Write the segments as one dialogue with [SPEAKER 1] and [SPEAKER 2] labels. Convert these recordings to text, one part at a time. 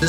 [SPEAKER 1] 时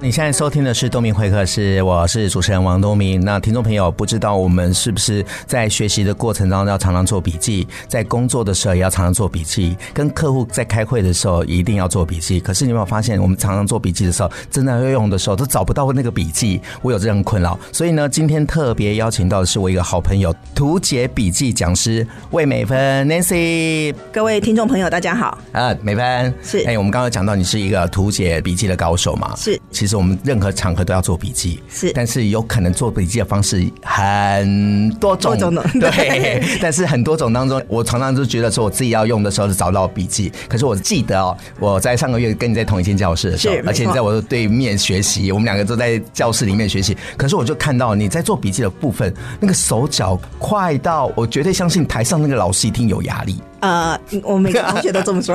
[SPEAKER 2] 你现在收听的是东明会客室，我是主持人王东明。那听众朋友，不知道我们是不是在学习的过程当中要常常做笔记，在工作的时候也要常常做笔记，跟客户在开会的时候一定要做笔记。可是你有没有发现，我们常常做笔记的时候，真的要用的时候都找不到那个笔记，我有这样困扰。所以呢，今天特别邀请到的是我一个好朋友，图解笔记讲师魏美芬 Nancy。
[SPEAKER 3] 各位听众朋友，大家好。
[SPEAKER 2] 啊，美芬
[SPEAKER 3] 是
[SPEAKER 2] 哎、我们刚刚讲到你是一个图解笔记的高手嘛，
[SPEAKER 3] 是
[SPEAKER 2] 其实我们任何场合都要做笔记，
[SPEAKER 3] 是
[SPEAKER 2] 但是有可能做笔记的方式很多种，
[SPEAKER 3] 多种的
[SPEAKER 2] 对
[SPEAKER 3] 对。
[SPEAKER 2] 但是很多种当中，我常常就觉得说我自己要用的时候是找到笔记，可是我记得哦，我在上个月跟你在同一间教室的时候
[SPEAKER 3] 是没，错
[SPEAKER 2] 而且你在我的对面学习，我们两个都在教室里面学习，可是我就看到你在做笔记的部分，那个手脚快到我绝对相信台上那个老师一定有压力。
[SPEAKER 3] 呃，我每个同学都 这么说，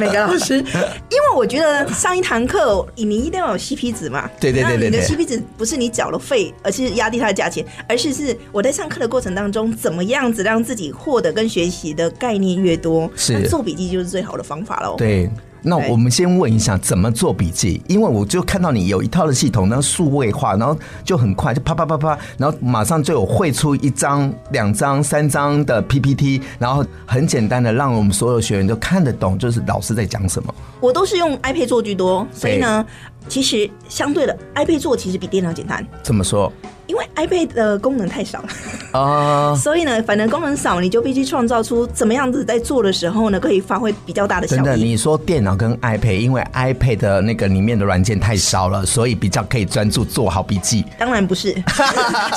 [SPEAKER 3] 每个老师，因为我觉得上一堂课你一定要有 CP 值嘛。
[SPEAKER 2] 对对对对
[SPEAKER 3] 那你
[SPEAKER 2] 对
[SPEAKER 3] 的 CP 值不是你缴了费，而是压低它的价钱，而是是我在上课的过程当中，怎么样子让自己获得跟学习的概念越多，
[SPEAKER 2] 是
[SPEAKER 3] 那做笔记就是最好的方法哦喽。
[SPEAKER 2] 对，那
[SPEAKER 3] 对
[SPEAKER 2] 我们先问一下怎么做笔记，因为我就看到你有一套的系统，然后数位化，然后就很快就啪啪啪啪，然后马上就有绘出一张、两张、三张的 PPT，然后很简单的让我们所有学员都看得懂，就是老师在讲什么。
[SPEAKER 3] 我都是用 iPad 做居多，所以呢，其实相对的 iPad 做其实比电脑简单，
[SPEAKER 2] 怎么说
[SPEAKER 3] 因为 iPad 的功能太少了。
[SPEAKER 2] 啊？
[SPEAKER 3] 所以呢，反正功能少，你就必须创造出怎么样子在做的时候呢，可以发挥比较大的效
[SPEAKER 2] 真的，
[SPEAKER 3] 益。
[SPEAKER 2] 你说电脑跟 iPad，因为 iPad 的那个里面的软件太少了，所以比较可以专注做好笔记。
[SPEAKER 3] 当然 不是，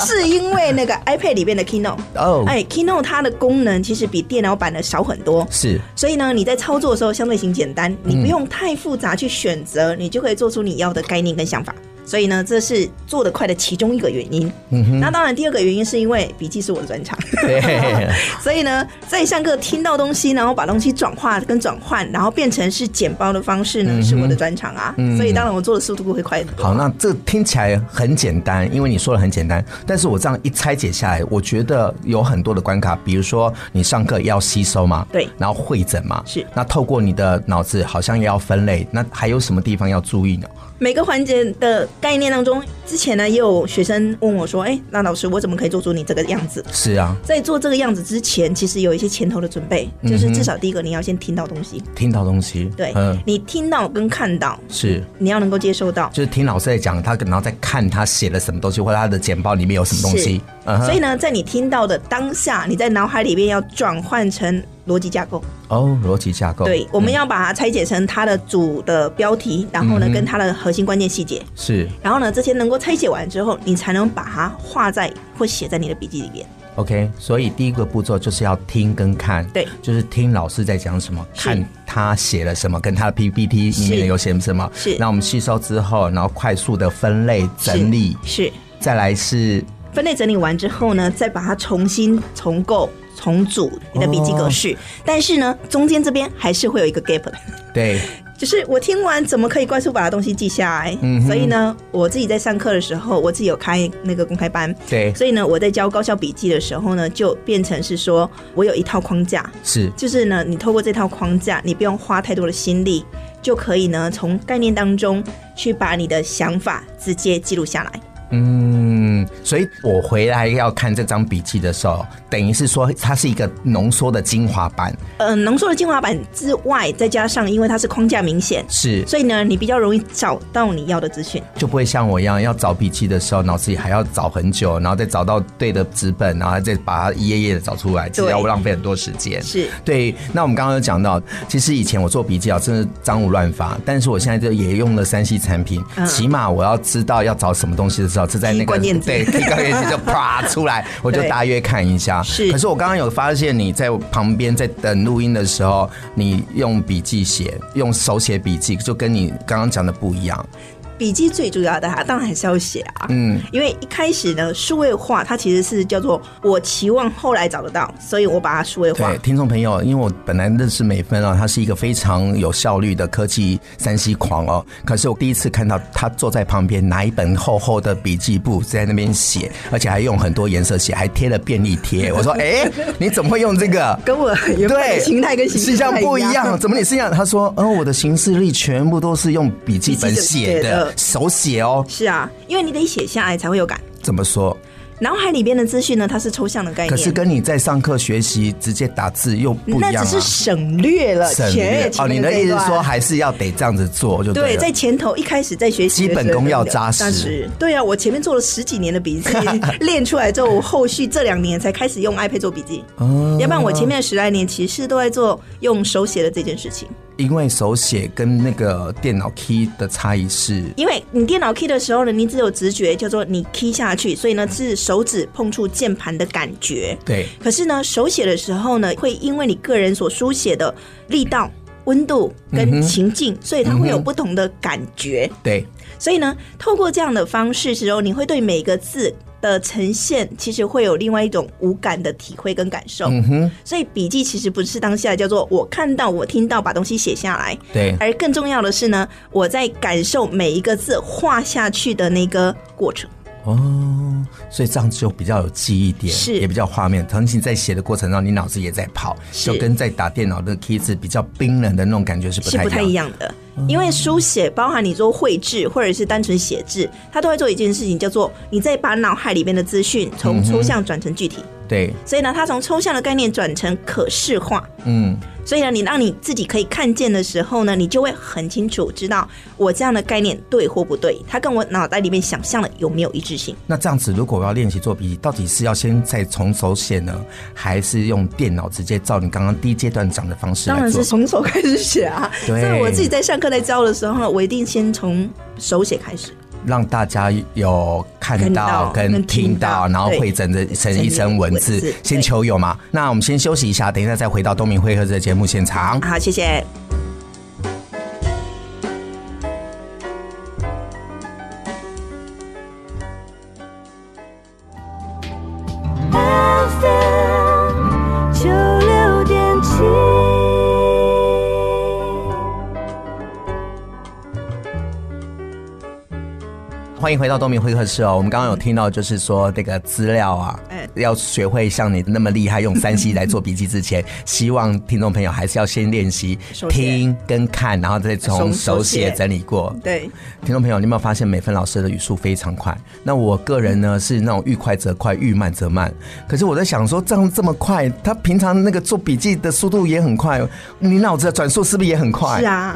[SPEAKER 3] 是因为那个 iPad 里面的 Keynote，
[SPEAKER 2] 哦
[SPEAKER 3] 哎，Keynote 它的功能其实比电脑版的少很多，
[SPEAKER 2] 是
[SPEAKER 3] 所以呢，你在操作的时候相对型简单，你不用太复杂去选择，你就可以做出你要的概念跟想法。所以呢，这是做得快的其中一个原因。
[SPEAKER 2] 嗯
[SPEAKER 3] 那当然，第二个原因是因为笔记是我的专长。
[SPEAKER 2] 对
[SPEAKER 3] 所以呢，在上课听到东西，然后把东西转化跟转换，然后变成是简报的方式呢，
[SPEAKER 2] 嗯
[SPEAKER 3] 是我的专长啊。所以当然我做的速度会快很多。
[SPEAKER 2] 好，那这听起来很简单，因为你说的很简单，但是我这样一拆解下来，我觉得有很多的关卡，比如说你上课要吸收嘛，
[SPEAKER 3] 对
[SPEAKER 2] 然后会诊嘛，
[SPEAKER 3] 是
[SPEAKER 2] 那透过你的脑子好像也要分类，那还有什么地方要注意呢？
[SPEAKER 3] 每个环节的概念当中，之前呢也有学生问我说：“哎、那老师，我怎么可以做出你这个样子？”
[SPEAKER 2] 是啊，
[SPEAKER 3] 在做这个样子之前，其实有一些前头的准备，
[SPEAKER 2] 嗯
[SPEAKER 3] 就是至少第一个你要先听到东西，
[SPEAKER 2] 听到东西，
[SPEAKER 3] 对、
[SPEAKER 2] 嗯，
[SPEAKER 3] 你听到跟看到，
[SPEAKER 2] 是。
[SPEAKER 3] 你要能够接收到。
[SPEAKER 2] 就是听老师在讲，他然后再看他写了什么东西，或者他的简报里面有什么东西
[SPEAKER 3] 是。
[SPEAKER 2] 嗯哼
[SPEAKER 3] 所以呢，在你听到的当下，你在脑海里面要转换成逻辑架构。
[SPEAKER 2] 哦，逻辑架构。嗯
[SPEAKER 3] 对，我们要把它拆解成它的主的标题，然后呢，跟它的核心关键细节，
[SPEAKER 2] 是
[SPEAKER 3] 然后呢，这些能够拆解完之后，你才能把它画在或写在你的笔记里面。
[SPEAKER 2] OK，所以第一个步骤就是要听跟看，
[SPEAKER 3] 对
[SPEAKER 2] 就是听老师在讲什么，
[SPEAKER 3] 是
[SPEAKER 2] 看他写了什么，跟他的 PPT 里面
[SPEAKER 3] 是
[SPEAKER 2] 有写什么，
[SPEAKER 3] 是
[SPEAKER 2] 那我们吸收之后，然后快速的分类整理，
[SPEAKER 3] 是
[SPEAKER 2] 再来是
[SPEAKER 3] 分类整理完之后呢，再把它重新重构。重组你的笔记格式，但是呢，中间这边还是会有一个 gap 的，
[SPEAKER 2] 对
[SPEAKER 3] 就是我听完怎么可以快速把它东西记下来？所以呢，我自己在上课的时候，我自己有开那个公开班，
[SPEAKER 2] 对
[SPEAKER 3] 所以呢，我在教高效笔记的时候呢，就变成是说我有一套框架，
[SPEAKER 2] 是
[SPEAKER 3] 就是呢，你透过这套框架，你不用花太多的心力，就可以呢从概念当中去把你的想法直接记录下来。
[SPEAKER 2] 嗯，所以我回来要看这张笔记的时候，等于是说它是一个浓缩的精华版，
[SPEAKER 3] 嗯、浓缩的精华版之外，再加上因为它是框架明显，
[SPEAKER 2] 是
[SPEAKER 3] 所以呢，你比较容易找到你要的资讯。
[SPEAKER 2] 就不会像我一样要找笔记的时候，脑子里还要找很久，然后再找到对的纸本，然后再把它一页页的找出来，其实
[SPEAKER 3] 对
[SPEAKER 2] 要浪费很多时间。
[SPEAKER 3] 是
[SPEAKER 2] 对。那我们刚刚有讲到，其实以前我做笔记啊，真的脏五乱发，但是我现在就也用了三 C 产品，
[SPEAKER 3] 嗯
[SPEAKER 2] 起码我要知道要找什么东西的时候，就在那
[SPEAKER 3] 提
[SPEAKER 2] 个
[SPEAKER 3] 关键字
[SPEAKER 2] 对，提关 键字就啪出来，我就
[SPEAKER 3] 对
[SPEAKER 2] 大约看一下。
[SPEAKER 3] 是
[SPEAKER 2] 可是我刚刚有发现你在旁边在等录音的时候，你用笔记写，用手写笔记，就跟你刚刚讲的不一样。
[SPEAKER 3] 笔记最主要的哈、当然还是要写啊。
[SPEAKER 2] 嗯
[SPEAKER 3] 因为一开始呢，数位化它其实是叫做我期望后来找得到，所以我把它数位化
[SPEAKER 2] 对，。听众朋友，因为我本来认识美芬啊，她是一个非常有效率的科技三 C 狂哦。可是我第一次看到她坐在旁边拿一本厚厚的笔记簿在那边写，而且还用很多颜色写，还贴了便利贴。我说：“哎、你怎么会用这个？”
[SPEAKER 3] 跟我原本
[SPEAKER 2] 对，
[SPEAKER 3] 的形态跟形
[SPEAKER 2] 形
[SPEAKER 3] 式
[SPEAKER 2] 象不
[SPEAKER 3] 一
[SPEAKER 2] 一样，。怎么你是一样？他说：“哦，我的行事历全部都是用笔记本
[SPEAKER 3] 笔记本
[SPEAKER 2] 写
[SPEAKER 3] 写
[SPEAKER 2] 的，
[SPEAKER 3] 的
[SPEAKER 2] 手写哦。
[SPEAKER 3] 是啊，因为你得写下来才会有感。”
[SPEAKER 2] 怎么说？
[SPEAKER 3] 脑海里边的资讯呢，它是抽象的概念，
[SPEAKER 2] 可是跟你在上课学习直接打字又不一
[SPEAKER 3] 那
[SPEAKER 2] 样
[SPEAKER 3] 只
[SPEAKER 2] 啊
[SPEAKER 3] 是。省略了
[SPEAKER 2] 省
[SPEAKER 3] 前
[SPEAKER 2] 略
[SPEAKER 3] 面
[SPEAKER 2] 哦，
[SPEAKER 3] 前
[SPEAKER 2] 你
[SPEAKER 3] 面
[SPEAKER 2] 的
[SPEAKER 3] 这
[SPEAKER 2] 意
[SPEAKER 3] 一
[SPEAKER 2] 思
[SPEAKER 3] 段
[SPEAKER 2] 是说还是要得这样子做就
[SPEAKER 3] 对，
[SPEAKER 2] 了
[SPEAKER 3] 在前头一开始在学习
[SPEAKER 2] 基
[SPEAKER 3] 的时候
[SPEAKER 2] 本功要扎实
[SPEAKER 3] 扎实。对啊，我前面做了十几年 的笔记，练出来之后，我后续这两年才开始用 iPad 做笔记。
[SPEAKER 2] 哦
[SPEAKER 3] 要不然我前面的十来年其实都在做用手写的这件事情，
[SPEAKER 2] 因为手写跟那个电脑 key 的差异是，
[SPEAKER 3] 因为你电脑 key 的时候呢，你只有直觉，叫做你 key 下去，所以呢是手指碰触键盘的感觉。
[SPEAKER 2] 对，
[SPEAKER 3] 可是呢，手写的时候呢，会因为你个人所书写的力道、温度跟情境，所以它会有不同的感觉。
[SPEAKER 2] 对，
[SPEAKER 3] 所以呢，透过这样的方式之后，你会对每个字的呈现，其实会有另外一种无感的体会跟感受。
[SPEAKER 2] 嗯哼，
[SPEAKER 3] 所以笔记其实不是当下叫做我看到、我听到，把东西写下来，
[SPEAKER 2] 对，
[SPEAKER 3] 而更重要的是呢，我在感受每一个字画下去的那个过程。
[SPEAKER 2] 哦，所以这样就比较有记忆点，
[SPEAKER 3] 是
[SPEAKER 2] 也比较有画面。同时你在写的过程中，你脑子也在跑，
[SPEAKER 3] 是
[SPEAKER 2] 就跟在打电脑的 key 字比较冰冷的那种感觉是不
[SPEAKER 3] 是
[SPEAKER 2] 太
[SPEAKER 3] 不太一
[SPEAKER 2] 样。
[SPEAKER 3] 样的，因为书写包含你做绘制或者是单纯写字，它都会做一件事情，叫做你再把脑海里面的资讯从抽象转成具体。
[SPEAKER 2] 对，
[SPEAKER 3] 所以呢，它从抽象的概念转成可视化。
[SPEAKER 2] 嗯，
[SPEAKER 3] 所以呢，你让你自己可以看见的时候呢，你就会很清楚知道我这样的概念对或不对，它跟我脑袋里面想象的有没有一致性。
[SPEAKER 2] 那这样子，如果我要练习做笔记，到底是要先再从手写呢，还是用电脑直接照你刚刚第一阶段讲的方式
[SPEAKER 3] 当
[SPEAKER 2] 来
[SPEAKER 3] 然
[SPEAKER 2] 做
[SPEAKER 3] 是？从手开始写啊。 所
[SPEAKER 2] 对
[SPEAKER 3] 以我自己在上课在教的时候呢，我一定先从手写开始。
[SPEAKER 2] 让大家有看
[SPEAKER 3] 看
[SPEAKER 2] 到
[SPEAKER 3] 到
[SPEAKER 2] 跟
[SPEAKER 3] 跟
[SPEAKER 2] 听
[SPEAKER 3] 听
[SPEAKER 2] 到，
[SPEAKER 3] 到
[SPEAKER 2] 然后
[SPEAKER 3] 对
[SPEAKER 2] 汇整的成一身文
[SPEAKER 3] 文
[SPEAKER 2] 字
[SPEAKER 3] 字，
[SPEAKER 2] 先
[SPEAKER 3] 对
[SPEAKER 2] 求有嘛。那我们先休息一下，等一下再回到东明会客室的节目现场。
[SPEAKER 3] 好，啊谢谢。
[SPEAKER 4] FM 九六点七。
[SPEAKER 2] 欢迎回到东明会客室哦。我们刚刚有听到，就是说这个资料啊，
[SPEAKER 3] 哎
[SPEAKER 2] 要学会像你那么厉害用三 C 来做笔记之 前，希望听众朋友还是要先练习
[SPEAKER 3] 手写
[SPEAKER 2] 听跟看，然后再从
[SPEAKER 3] 从
[SPEAKER 2] 手
[SPEAKER 3] 手
[SPEAKER 2] 写
[SPEAKER 3] 写
[SPEAKER 2] 整理过。
[SPEAKER 3] 对，
[SPEAKER 2] 听众朋友，你有没有发现美芬老师的语速非常快？那我个人呢是那种遇快则快，遇慢则慢。可是我在想说，这样这么快，他平常那个做笔记的速度也很快，哦你脑子的转速是不是也很快？哦
[SPEAKER 3] 是啊，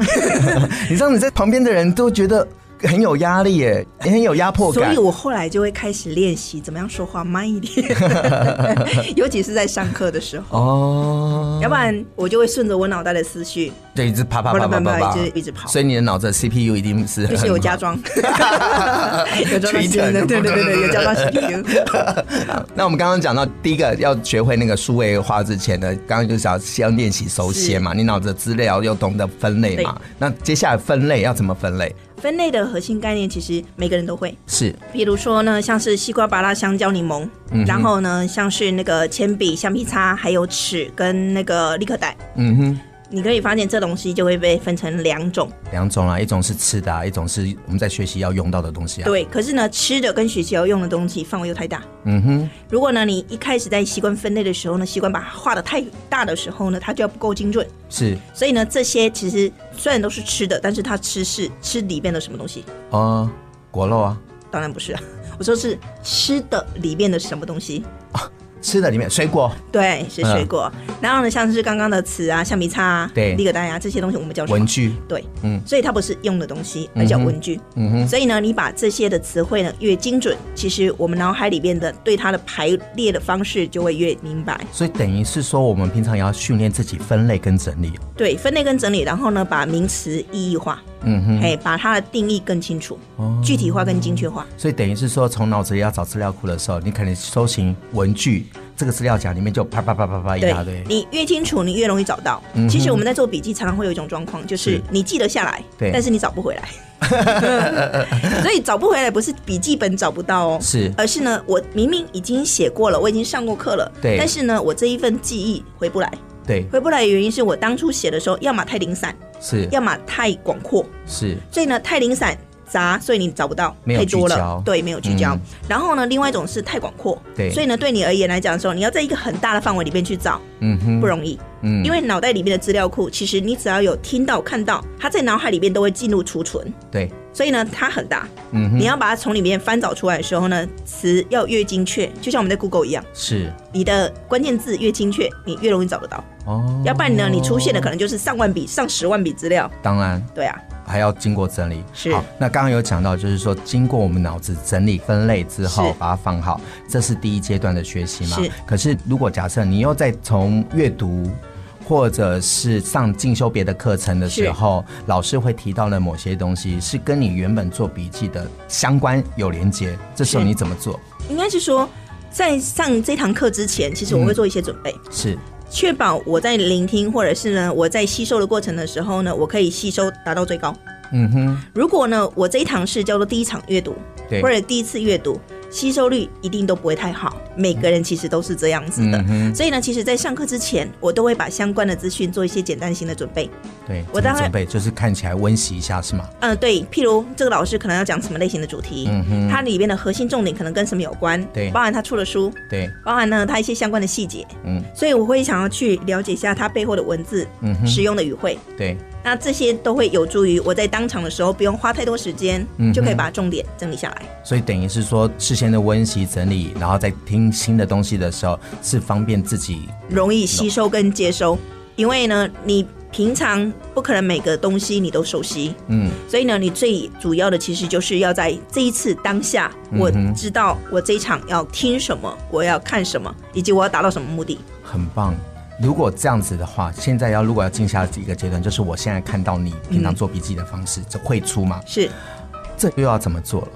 [SPEAKER 2] 你知道你在旁边的人都觉得很有压力耶，也很有压迫
[SPEAKER 3] 所
[SPEAKER 2] 感
[SPEAKER 3] 以。我后来就会开始练习怎么样说话慢一点，尤其是在上课的时候，
[SPEAKER 2] 哦，
[SPEAKER 3] 要不然我就会顺着我脑袋的思绪，
[SPEAKER 2] 对，一直啪啪啪啪啪啪，
[SPEAKER 3] 就是一直跑
[SPEAKER 2] 所以你的脑子的 CPU 一定是很
[SPEAKER 3] 就是有
[SPEAKER 2] 好
[SPEAKER 3] 加装，有加装
[SPEAKER 2] Twitter
[SPEAKER 3] 新的，对对对对，有加装新的。
[SPEAKER 2] 那我们刚刚讲到，第一个要学会那个数位化之前呢，刚刚就想先练习手写嘛，你脑子的资料要懂得分类嘛。那接下来分类要怎么分类？
[SPEAKER 3] 分类的核心概念其实每个人都会，
[SPEAKER 2] 是
[SPEAKER 3] 比如说呢，像是西瓜、芭拉、香蕉、柠檬，然后呢，像是那个铅笔、橡皮擦，还有尺跟那个立可带，
[SPEAKER 2] 嗯哼，
[SPEAKER 3] 你可以发现这东西就会被分成两种。
[SPEAKER 2] 两种啦，一种是吃的、啊，一种是我们在学习要用到的东西啊。，
[SPEAKER 3] 对，可是呢，吃的跟学习要用的东西范围又太大。
[SPEAKER 2] 嗯哼，
[SPEAKER 3] 如果呢，你一开始在习惯分类的时候呢，习惯把它画的太大的时候呢，它就要不够精准。
[SPEAKER 2] 是
[SPEAKER 3] 所以呢，这些其实虽然都是吃的，但是它吃是吃里面的什么东西？
[SPEAKER 2] 哦、果肉啊，
[SPEAKER 3] 当然不是啊， 我说是吃的里面的什么东西？
[SPEAKER 2] 吃的里面水果、
[SPEAKER 3] 对，是水果。然后呢，像是刚刚的词啊、橡皮擦啊、
[SPEAKER 2] 对
[SPEAKER 3] 立可带啊这些东西，我们叫什么
[SPEAKER 2] 文。具，
[SPEAKER 3] 对，
[SPEAKER 2] 嗯
[SPEAKER 3] 所以它不是用的东西，而叫文具。
[SPEAKER 2] 嗯哼，
[SPEAKER 3] 所以呢，你把这些的词汇呢越精准，其实我们脑海里边的对它的排列的方式就会越明白。
[SPEAKER 2] 所以等于是说，我们平常也要训练自己分类跟整理。
[SPEAKER 3] 对，分类跟整理，然后呢，把名词意义化，
[SPEAKER 2] 嗯哦哼，
[SPEAKER 3] 哎、把它的定义更清楚、具体化跟精确化。
[SPEAKER 2] 所以等于是说，从脑子里要找资料库的时候，你可能搜寻文具，这个资料夹里面就啪啪啪啪啪一
[SPEAKER 3] 对
[SPEAKER 2] 大堆，，
[SPEAKER 3] 你越清楚，你越容易找到。
[SPEAKER 2] 嗯哼
[SPEAKER 3] 其实我们在做笔记，常常会有一种状况，就是
[SPEAKER 2] 是
[SPEAKER 3] 你记得下来，
[SPEAKER 2] 对
[SPEAKER 3] 但是你找不回 来。所以找不回来不是笔记本找不到哦，
[SPEAKER 2] 是
[SPEAKER 3] 而是呢，我明明已经写过了，我已经上过课了，
[SPEAKER 2] 对
[SPEAKER 3] 但是呢，我这一份记忆回不来，
[SPEAKER 2] 对，
[SPEAKER 3] 回不来的原因是我当初写的时候，要么太零散，
[SPEAKER 2] 是
[SPEAKER 3] 要么太广阔，
[SPEAKER 2] 是
[SPEAKER 3] 所以呢，太零散杂，所以你找不到，
[SPEAKER 2] 没有
[SPEAKER 3] 太多
[SPEAKER 2] 聚
[SPEAKER 3] 了
[SPEAKER 2] 焦，
[SPEAKER 3] 对，没有聚焦。
[SPEAKER 2] 嗯
[SPEAKER 3] 然后呢，另外一种是太广阔，
[SPEAKER 2] 对
[SPEAKER 3] 所以呢，对你而言来讲的时候，你要在一个很大的范围里面去找，
[SPEAKER 2] 嗯哼，
[SPEAKER 3] 不容易，
[SPEAKER 2] 嗯
[SPEAKER 3] 因为脑袋里面的资料库，其实你只要有听到、看到，它在脑海里面都会进入储存，
[SPEAKER 2] 对，
[SPEAKER 3] 所以呢，它很大。
[SPEAKER 2] 嗯哼，
[SPEAKER 3] 你要把它从里面翻找出来的时候呢，词要越精确，就像我们在 Google 一样，
[SPEAKER 2] 是
[SPEAKER 3] 你的关键字越精确，你越容易找得到。
[SPEAKER 2] 哦，
[SPEAKER 3] 要不然呢，你出现的可能就是上万笔、上十万笔资料。
[SPEAKER 2] 当然
[SPEAKER 3] 对啊，
[SPEAKER 2] 还要经过整理。
[SPEAKER 3] 是
[SPEAKER 2] 好，那刚刚有讲到，就是说经过我们脑子整理分类之后
[SPEAKER 3] 是，
[SPEAKER 2] 把它放好，这是第一阶段的学习嘛
[SPEAKER 3] 是。
[SPEAKER 2] 可是如果假设你又再从阅读。或者是上进修别的课程的时候，老师会提到了某些东西是跟你原本做笔记的相关有连接，这时候
[SPEAKER 3] 是
[SPEAKER 2] 你怎么做？
[SPEAKER 3] 应该是说，在上这堂课之前，其实
[SPEAKER 2] 嗯
[SPEAKER 3] 我会做一些准备，
[SPEAKER 2] 是
[SPEAKER 3] 确保我在聆听或者是呢我在吸收的过程的时候呢，我可以吸收达到最高。
[SPEAKER 2] 嗯哼，
[SPEAKER 3] 如果呢我这一堂是叫做第一场阅读
[SPEAKER 2] 对，
[SPEAKER 3] 或者第一次阅读，吸收率一定都不会太好。每个人其实都是这样子的
[SPEAKER 2] 嗯。哼，
[SPEAKER 3] 所以呢，其实，在上课之前，我都会把相关的资讯做一些简单性的准备。
[SPEAKER 2] 对，
[SPEAKER 3] 我
[SPEAKER 2] 怎
[SPEAKER 3] 大
[SPEAKER 2] 么
[SPEAKER 3] 概
[SPEAKER 2] 准备就是看起来温习一下是吗？
[SPEAKER 3] 嗯、对，譬如这个老师可能要讲什么类型的主题，
[SPEAKER 2] 嗯哼
[SPEAKER 3] 它里面的核心重点可能跟什么有关，
[SPEAKER 2] 对
[SPEAKER 3] 包含他出的书，
[SPEAKER 2] 对，
[SPEAKER 3] 包含呢他一些相关的细节，
[SPEAKER 2] 嗯
[SPEAKER 3] 所以我会想要去了解一下它背后的文字、
[SPEAKER 2] 嗯哼，
[SPEAKER 3] 使用的语汇，
[SPEAKER 2] 对，
[SPEAKER 3] 那这些都会有助于我在当场的时候不用花太多时间，
[SPEAKER 2] 嗯哼
[SPEAKER 3] 就可以把重点整理下来。
[SPEAKER 2] 所以等于是说事先的温习整理，然后在听新的东西的时候，是方便自己
[SPEAKER 3] 容易吸收跟接收。因为呢，你平常不可能每个东西你都熟悉，
[SPEAKER 2] 嗯
[SPEAKER 3] 所以呢，你最主要的其实就是要在这一次当下，
[SPEAKER 2] 嗯哼
[SPEAKER 3] 我知道我这一场要听什么，我要看什么，以及我要达到什么目的。
[SPEAKER 2] 很棒。如果这样子的话，现在要如果要进下一个阶段，就是我现在看到你平
[SPEAKER 3] 嗯
[SPEAKER 2] 常做笔记的方式，这会出吗？
[SPEAKER 3] 是，
[SPEAKER 2] 这又要怎么做了？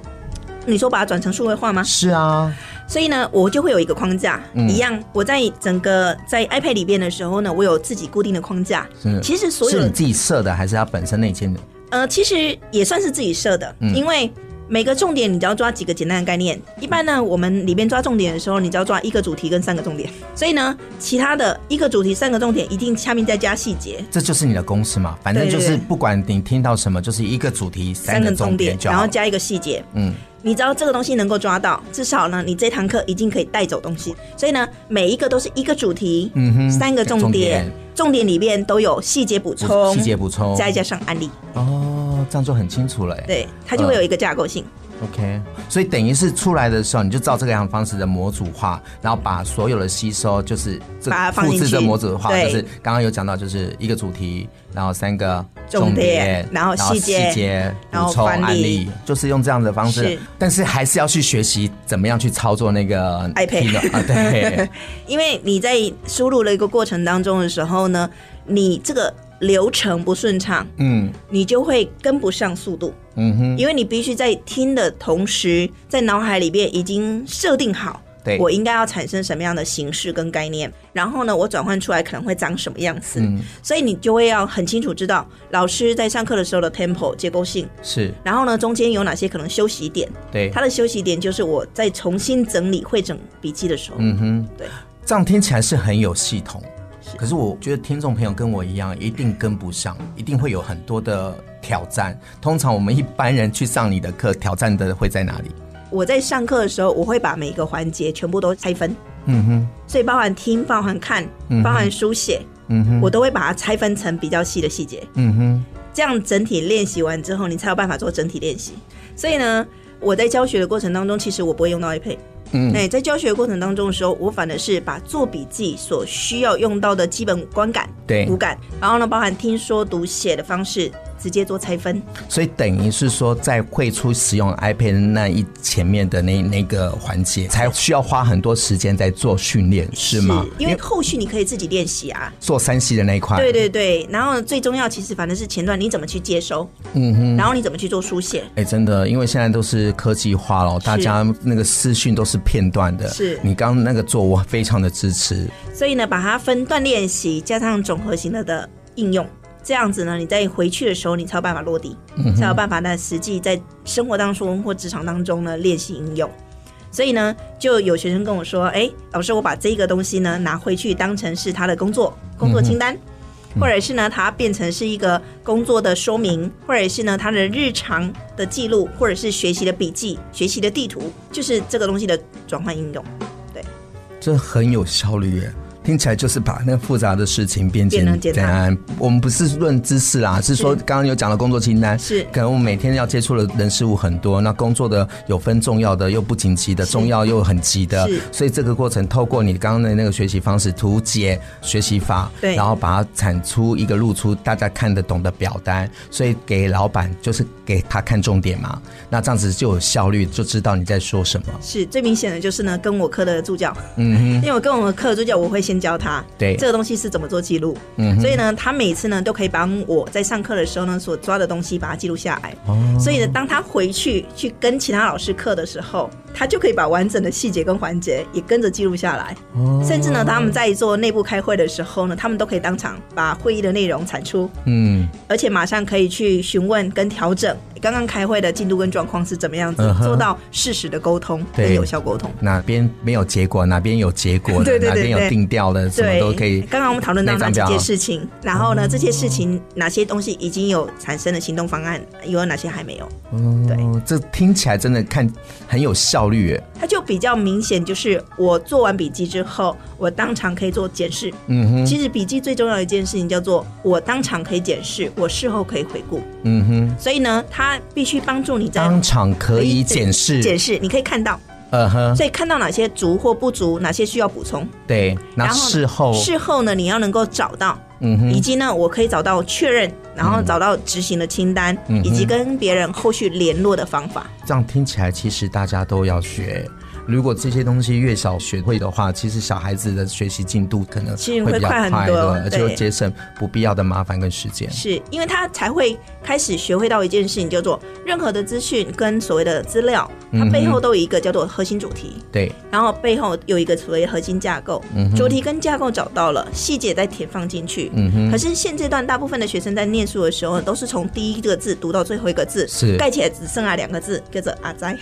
[SPEAKER 3] 你说把它转成数位化吗？
[SPEAKER 2] 是啊，
[SPEAKER 3] 所以呢，我就会有一个框架，
[SPEAKER 2] 嗯
[SPEAKER 3] 一样。我在整个在 iPad 里边的时候呢，我有自己固定的框架。
[SPEAKER 2] 是
[SPEAKER 3] 其实所有
[SPEAKER 2] 是
[SPEAKER 3] 的
[SPEAKER 2] 你自己设的，还是它本身内建的？
[SPEAKER 3] 呃，其实也算是自己设的，
[SPEAKER 2] 嗯
[SPEAKER 3] 因为每个重点你只要抓几个简单的概念。一般呢，我们里面抓重点的时候，你只要抓一个主题跟三个重点。所以呢，其他的一个主题、三个重点，一定下面再加细节。
[SPEAKER 2] 这就是你的公式嘛，反正
[SPEAKER 3] 对
[SPEAKER 2] 就
[SPEAKER 3] 对
[SPEAKER 2] 是
[SPEAKER 3] 对
[SPEAKER 2] 不管你听到什么，就是一个主题三个重点就
[SPEAKER 3] 然
[SPEAKER 2] 好
[SPEAKER 3] 后
[SPEAKER 2] 了。
[SPEAKER 3] 加一个细节。
[SPEAKER 2] 嗯，
[SPEAKER 3] 你知道这个东西能够抓到，至少呢，你这堂课已经可以带走东西。所以呢，每一个都是一个主题，
[SPEAKER 2] 嗯哼
[SPEAKER 3] 三个重
[SPEAKER 2] 重
[SPEAKER 3] 点，
[SPEAKER 2] 点
[SPEAKER 3] 重点里面都有细节补
[SPEAKER 2] 补
[SPEAKER 3] 充，
[SPEAKER 2] 细节补充，
[SPEAKER 3] 再加上案例，
[SPEAKER 2] 哦，这样就很清楚了。。
[SPEAKER 3] 对，它就会有一个架构性。
[SPEAKER 2] 嗯 OK，所以等于是出来的时候，你就照这个样方式的模组化，然后把所有的吸收就是这
[SPEAKER 3] 把它放
[SPEAKER 2] 复
[SPEAKER 3] 进
[SPEAKER 2] 制这
[SPEAKER 3] 去
[SPEAKER 2] 模组化，
[SPEAKER 3] 对
[SPEAKER 2] 就是刚刚有讲到，就是一个主题，然后三个
[SPEAKER 3] 重点
[SPEAKER 2] 重
[SPEAKER 3] 然后细节
[SPEAKER 2] 细节
[SPEAKER 3] 然后
[SPEAKER 2] 补充
[SPEAKER 3] 范例
[SPEAKER 2] 案例，就是用这样的方式
[SPEAKER 3] 是，
[SPEAKER 2] 但是还是要去学习怎么样去操作那个
[SPEAKER 3] iPad
[SPEAKER 2] Keynote，啊， 对，
[SPEAKER 3] 因为你在输入的一个过程当中的时候呢，你这个流程不顺畅，
[SPEAKER 2] 嗯
[SPEAKER 3] 你就会跟不上速度，
[SPEAKER 2] 嗯哼，
[SPEAKER 3] 因为你必须在听的同时，在脑海里边已经设定好。
[SPEAKER 2] 对
[SPEAKER 3] 我应该要产生什么样的形式跟概念，然后呢，我转换出来可能会长什么样子，
[SPEAKER 2] 嗯
[SPEAKER 3] 所以你就会要很清楚知道老师在上课的时候的 tempo 结构性，
[SPEAKER 2] 是
[SPEAKER 3] 然后呢，中间有哪些可能休息点，
[SPEAKER 2] 对
[SPEAKER 3] 它，的休息点就是我在重新整理会整笔记的时候，
[SPEAKER 2] 嗯哼，
[SPEAKER 3] 对，
[SPEAKER 2] 这样听起来是很有系统，
[SPEAKER 3] 是
[SPEAKER 2] 可是我觉得听众朋友跟我一样，一定跟不上，一定会有很多的挑战。通常我们一般人去上你的课，挑战的会在哪里？
[SPEAKER 3] 我在上课的时候，我会把每一个环节全部都拆分，
[SPEAKER 2] 嗯哼，
[SPEAKER 3] 所以包含听、包含看、包含书写，
[SPEAKER 2] 嗯哼，
[SPEAKER 3] 我都会把它拆分成比较细的细节。
[SPEAKER 2] 嗯哼，
[SPEAKER 3] 这样整体练习完之后，你才有办法做整体练习。所以呢，我在教学的过程当中，其实我不会用到 iPad。
[SPEAKER 2] 嗯
[SPEAKER 3] 那哎在教学的过程当中的时候，我反而是把做笔记所需要用到的基本观感、
[SPEAKER 2] 对
[SPEAKER 3] 五感，然后呢，包含听说读写的方式，直接做拆分。
[SPEAKER 2] 所以等于是说，在会出使用 iPad 那一前面的那那个环节，才需要花很多时间在做训练，是吗？哎
[SPEAKER 3] 因为后续你可以自己练习啊。
[SPEAKER 2] 做三 C 的那一块，
[SPEAKER 3] 对对对，然后最重要其实反正是前段你怎么去接收，嗯哼，然后你怎么去做书写，
[SPEAKER 2] 哎、真的，因为现在都是科技化了，大家那个私讯都是片段的。
[SPEAKER 3] 是
[SPEAKER 2] 你刚刚那个做，我非常的支持。
[SPEAKER 3] 所以呢，把它分段练习，加上总和型的的应用，这样子呢，你在回去的时候，你才有办法落地，才有办法呢实际在生活当中或职场当中呢练习应用。所以呢，就有学生跟我说：“哎、老师，我把这个东西呢拿回去当成是他的工作工作清单。或者是呢，它变成是一个工作的说明，或者是呢，他的日常的记录，或者是学习的笔记、学习的地图，就是这个东西的转换应用，
[SPEAKER 2] 这很有效率耶。听起来就是把那个复杂的事情变
[SPEAKER 3] 变得
[SPEAKER 2] 简
[SPEAKER 3] 简
[SPEAKER 2] 单
[SPEAKER 3] 单。
[SPEAKER 2] 我们不是论知识啦，是说刚刚有讲的工作清单，
[SPEAKER 3] 是
[SPEAKER 2] 可能我们每天要接触的人事物很多，那工作的有分重要的又不紧急的，重要又很急的
[SPEAKER 3] 是，
[SPEAKER 2] 所以这个过程透过你刚刚的那个学习方式图解学习法，
[SPEAKER 3] 对
[SPEAKER 2] 然后把它产出一个露出大家看得懂的表单，所以给老板就是给他看重点嘛，那这样子就有效率，就知道你在说什么。
[SPEAKER 3] 是最明显的就是呢，跟我科的助教，
[SPEAKER 2] 嗯
[SPEAKER 3] 因为我跟我的课助教，我会先教他
[SPEAKER 2] 对
[SPEAKER 3] 这个东西是怎么做记录，
[SPEAKER 2] 嗯哼
[SPEAKER 3] 所以呢，他每次呢都可以把我在上课的时候呢所抓的东西把它记录下来。
[SPEAKER 2] 哼，哦
[SPEAKER 3] 所以呢，当他回去去跟其他老师课的时候，他就可以把完整的细节跟环节也跟着记录下来。
[SPEAKER 2] 哦
[SPEAKER 3] 甚至呢，他们在做内部开会的时候呢，他们都可以当场把会议的内容产出，
[SPEAKER 2] 嗯。
[SPEAKER 3] 而且马上可以去询问跟调整刚刚开会的进度跟状况是怎么样子
[SPEAKER 2] 嗯哼
[SPEAKER 3] 做到适时的沟通跟
[SPEAKER 2] 对
[SPEAKER 3] 有效沟通。
[SPEAKER 2] 哪边没有结果，哪边有结果的，
[SPEAKER 3] 对对对
[SPEAKER 2] 哪边有
[SPEAKER 3] 对
[SPEAKER 2] 定调的，什么
[SPEAKER 3] 对，
[SPEAKER 2] 都可以。
[SPEAKER 3] 刚刚我们讨论到
[SPEAKER 2] 那
[SPEAKER 3] 哪
[SPEAKER 2] 张
[SPEAKER 3] 几
[SPEAKER 2] 表
[SPEAKER 3] 件事情，然后呢，这些事情哪些东西已经有产生了行动方案，有哪些还没有，对
[SPEAKER 2] 哦，这听起来真的看很有效率耶。
[SPEAKER 3] 它就比较明显。就是我做完笔记之后，我当场可以做检视。
[SPEAKER 2] 嗯哼，
[SPEAKER 3] 其实笔记最重要的一件事情叫做我当场可以检视，我事后可以回顾。
[SPEAKER 2] 嗯哼，
[SPEAKER 3] 所以呢，它必须帮助你在
[SPEAKER 2] 当场可以检视，
[SPEAKER 3] 检视，你可以看到，
[SPEAKER 2] 呃哼，
[SPEAKER 3] 所以看到哪些足或不足，哪些需要补充。
[SPEAKER 2] 对，那
[SPEAKER 3] 然后
[SPEAKER 2] 事后，
[SPEAKER 3] 事后呢，你要能够找到
[SPEAKER 2] 哦嗯
[SPEAKER 3] 以
[SPEAKER 2] 哼，
[SPEAKER 3] 及呢，我可以找到确认，然后找到执行的清单，
[SPEAKER 2] 嗯哼
[SPEAKER 3] 以及跟别人后续联络的方法。
[SPEAKER 2] 这样听起来其实大家都要学。如果这些东西越少学会的话，其实小孩子的学习进度可能
[SPEAKER 3] 其实
[SPEAKER 2] 会
[SPEAKER 3] 会
[SPEAKER 2] 比较
[SPEAKER 3] 快很
[SPEAKER 2] 快
[SPEAKER 3] 多
[SPEAKER 2] 乐，而且会
[SPEAKER 3] 对
[SPEAKER 2] 节省不必要的麻烦跟时间。
[SPEAKER 3] 是因为他才会开始学会到一件事情，叫做任何的资讯跟所谓的资料，
[SPEAKER 2] 嗯
[SPEAKER 3] 它
[SPEAKER 2] 哼
[SPEAKER 3] 背后都有一个叫做核心主题，
[SPEAKER 2] 对，
[SPEAKER 3] 然后背后有一个所谓核心架构。
[SPEAKER 2] 嗯哼
[SPEAKER 3] 主题跟架构找到了，细节再填放进去。
[SPEAKER 2] 嗯
[SPEAKER 3] 可
[SPEAKER 2] 哼，
[SPEAKER 3] 是现阶段大部分的学生在念书的时候，都是从第一个字读到最后一个字，
[SPEAKER 2] 是
[SPEAKER 3] 盖起来只剩下两个字，叫做阿哉。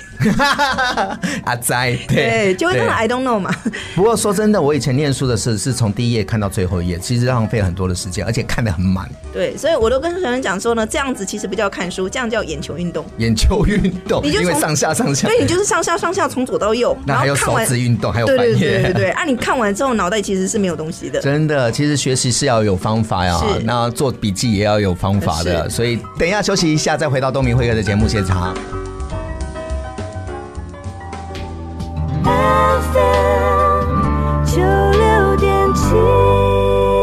[SPEAKER 2] 阿仔，
[SPEAKER 3] 对，就会看到
[SPEAKER 2] 对
[SPEAKER 3] I don't know 嘛。
[SPEAKER 2] 不过说真的，我以前念书的时候是从第一页看到最后一页，其实浪费很多的时间，而且看得很满。
[SPEAKER 3] 对，所以我都跟学生讲说呢，这样子其实不叫看书，这样叫眼球 运动。
[SPEAKER 2] 眼球运动，
[SPEAKER 3] 你就
[SPEAKER 2] 因为
[SPEAKER 3] 从
[SPEAKER 2] 上下上下
[SPEAKER 3] 所，以你就是上下上下从左到右，
[SPEAKER 2] 那
[SPEAKER 3] 然
[SPEAKER 2] 还有
[SPEAKER 3] 后看
[SPEAKER 2] 手
[SPEAKER 3] 完，
[SPEAKER 2] 指
[SPEAKER 3] 对
[SPEAKER 2] 运动，还有
[SPEAKER 3] 对
[SPEAKER 2] 翻
[SPEAKER 3] 对对对
[SPEAKER 2] 页。
[SPEAKER 3] 对，啊，你看完之后脑袋其实是没有东西的。
[SPEAKER 2] 真的，其实学习是要有方法呀
[SPEAKER 3] 是，
[SPEAKER 2] 那做笔记也要有方法的。
[SPEAKER 3] 是
[SPEAKER 2] 所以等一下休息一下，再回到东明会客的节目现场。
[SPEAKER 4] FM 九六点七。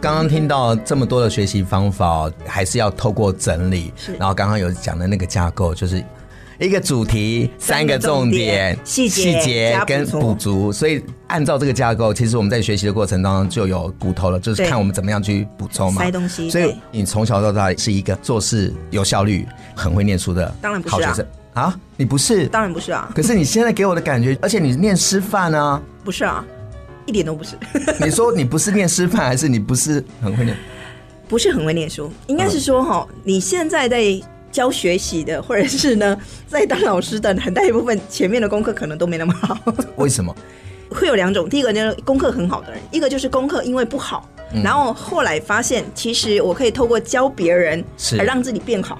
[SPEAKER 2] 刚刚听到这么多的学习方法哦，还是要透过整理。然后刚刚有讲的那个架构，就是一个主题、三
[SPEAKER 3] 三
[SPEAKER 2] 个
[SPEAKER 3] 个
[SPEAKER 2] 重
[SPEAKER 3] 重
[SPEAKER 2] 点
[SPEAKER 3] 点、细节加
[SPEAKER 2] 跟
[SPEAKER 3] 补足
[SPEAKER 2] 补足。所以按照这个架构，其实我们在学习的过程当中就有骨头了，就是
[SPEAKER 3] 对
[SPEAKER 2] 看我们怎么样去补充嘛
[SPEAKER 3] 塞。东西，
[SPEAKER 2] 所以
[SPEAKER 3] 对
[SPEAKER 2] 你从小到大是一个做事有效率、很会念书的
[SPEAKER 3] 当然不是
[SPEAKER 2] 好学
[SPEAKER 3] 啊
[SPEAKER 2] 生啊？你不是？
[SPEAKER 3] 当然不是啊，
[SPEAKER 2] 可是你现在给我的感觉，而且你念师范啊，
[SPEAKER 3] 不是啊，一点都不是，
[SPEAKER 2] 你说你不是念师范，还是你不是很会念？
[SPEAKER 3] 不是很会念书，应
[SPEAKER 2] 嗯
[SPEAKER 3] 该是说哈，你现在在。教学习的，或者是呢， 在当老师的很大一部分，前面的功课可能都没那么好。
[SPEAKER 2] 为什么？
[SPEAKER 3] 会有两种，第一个就是功课很好的人，一个就是功课因为不好，
[SPEAKER 2] 嗯
[SPEAKER 3] 然后后来发现其实我可以透过教别人
[SPEAKER 2] 是
[SPEAKER 3] 而让自己变好，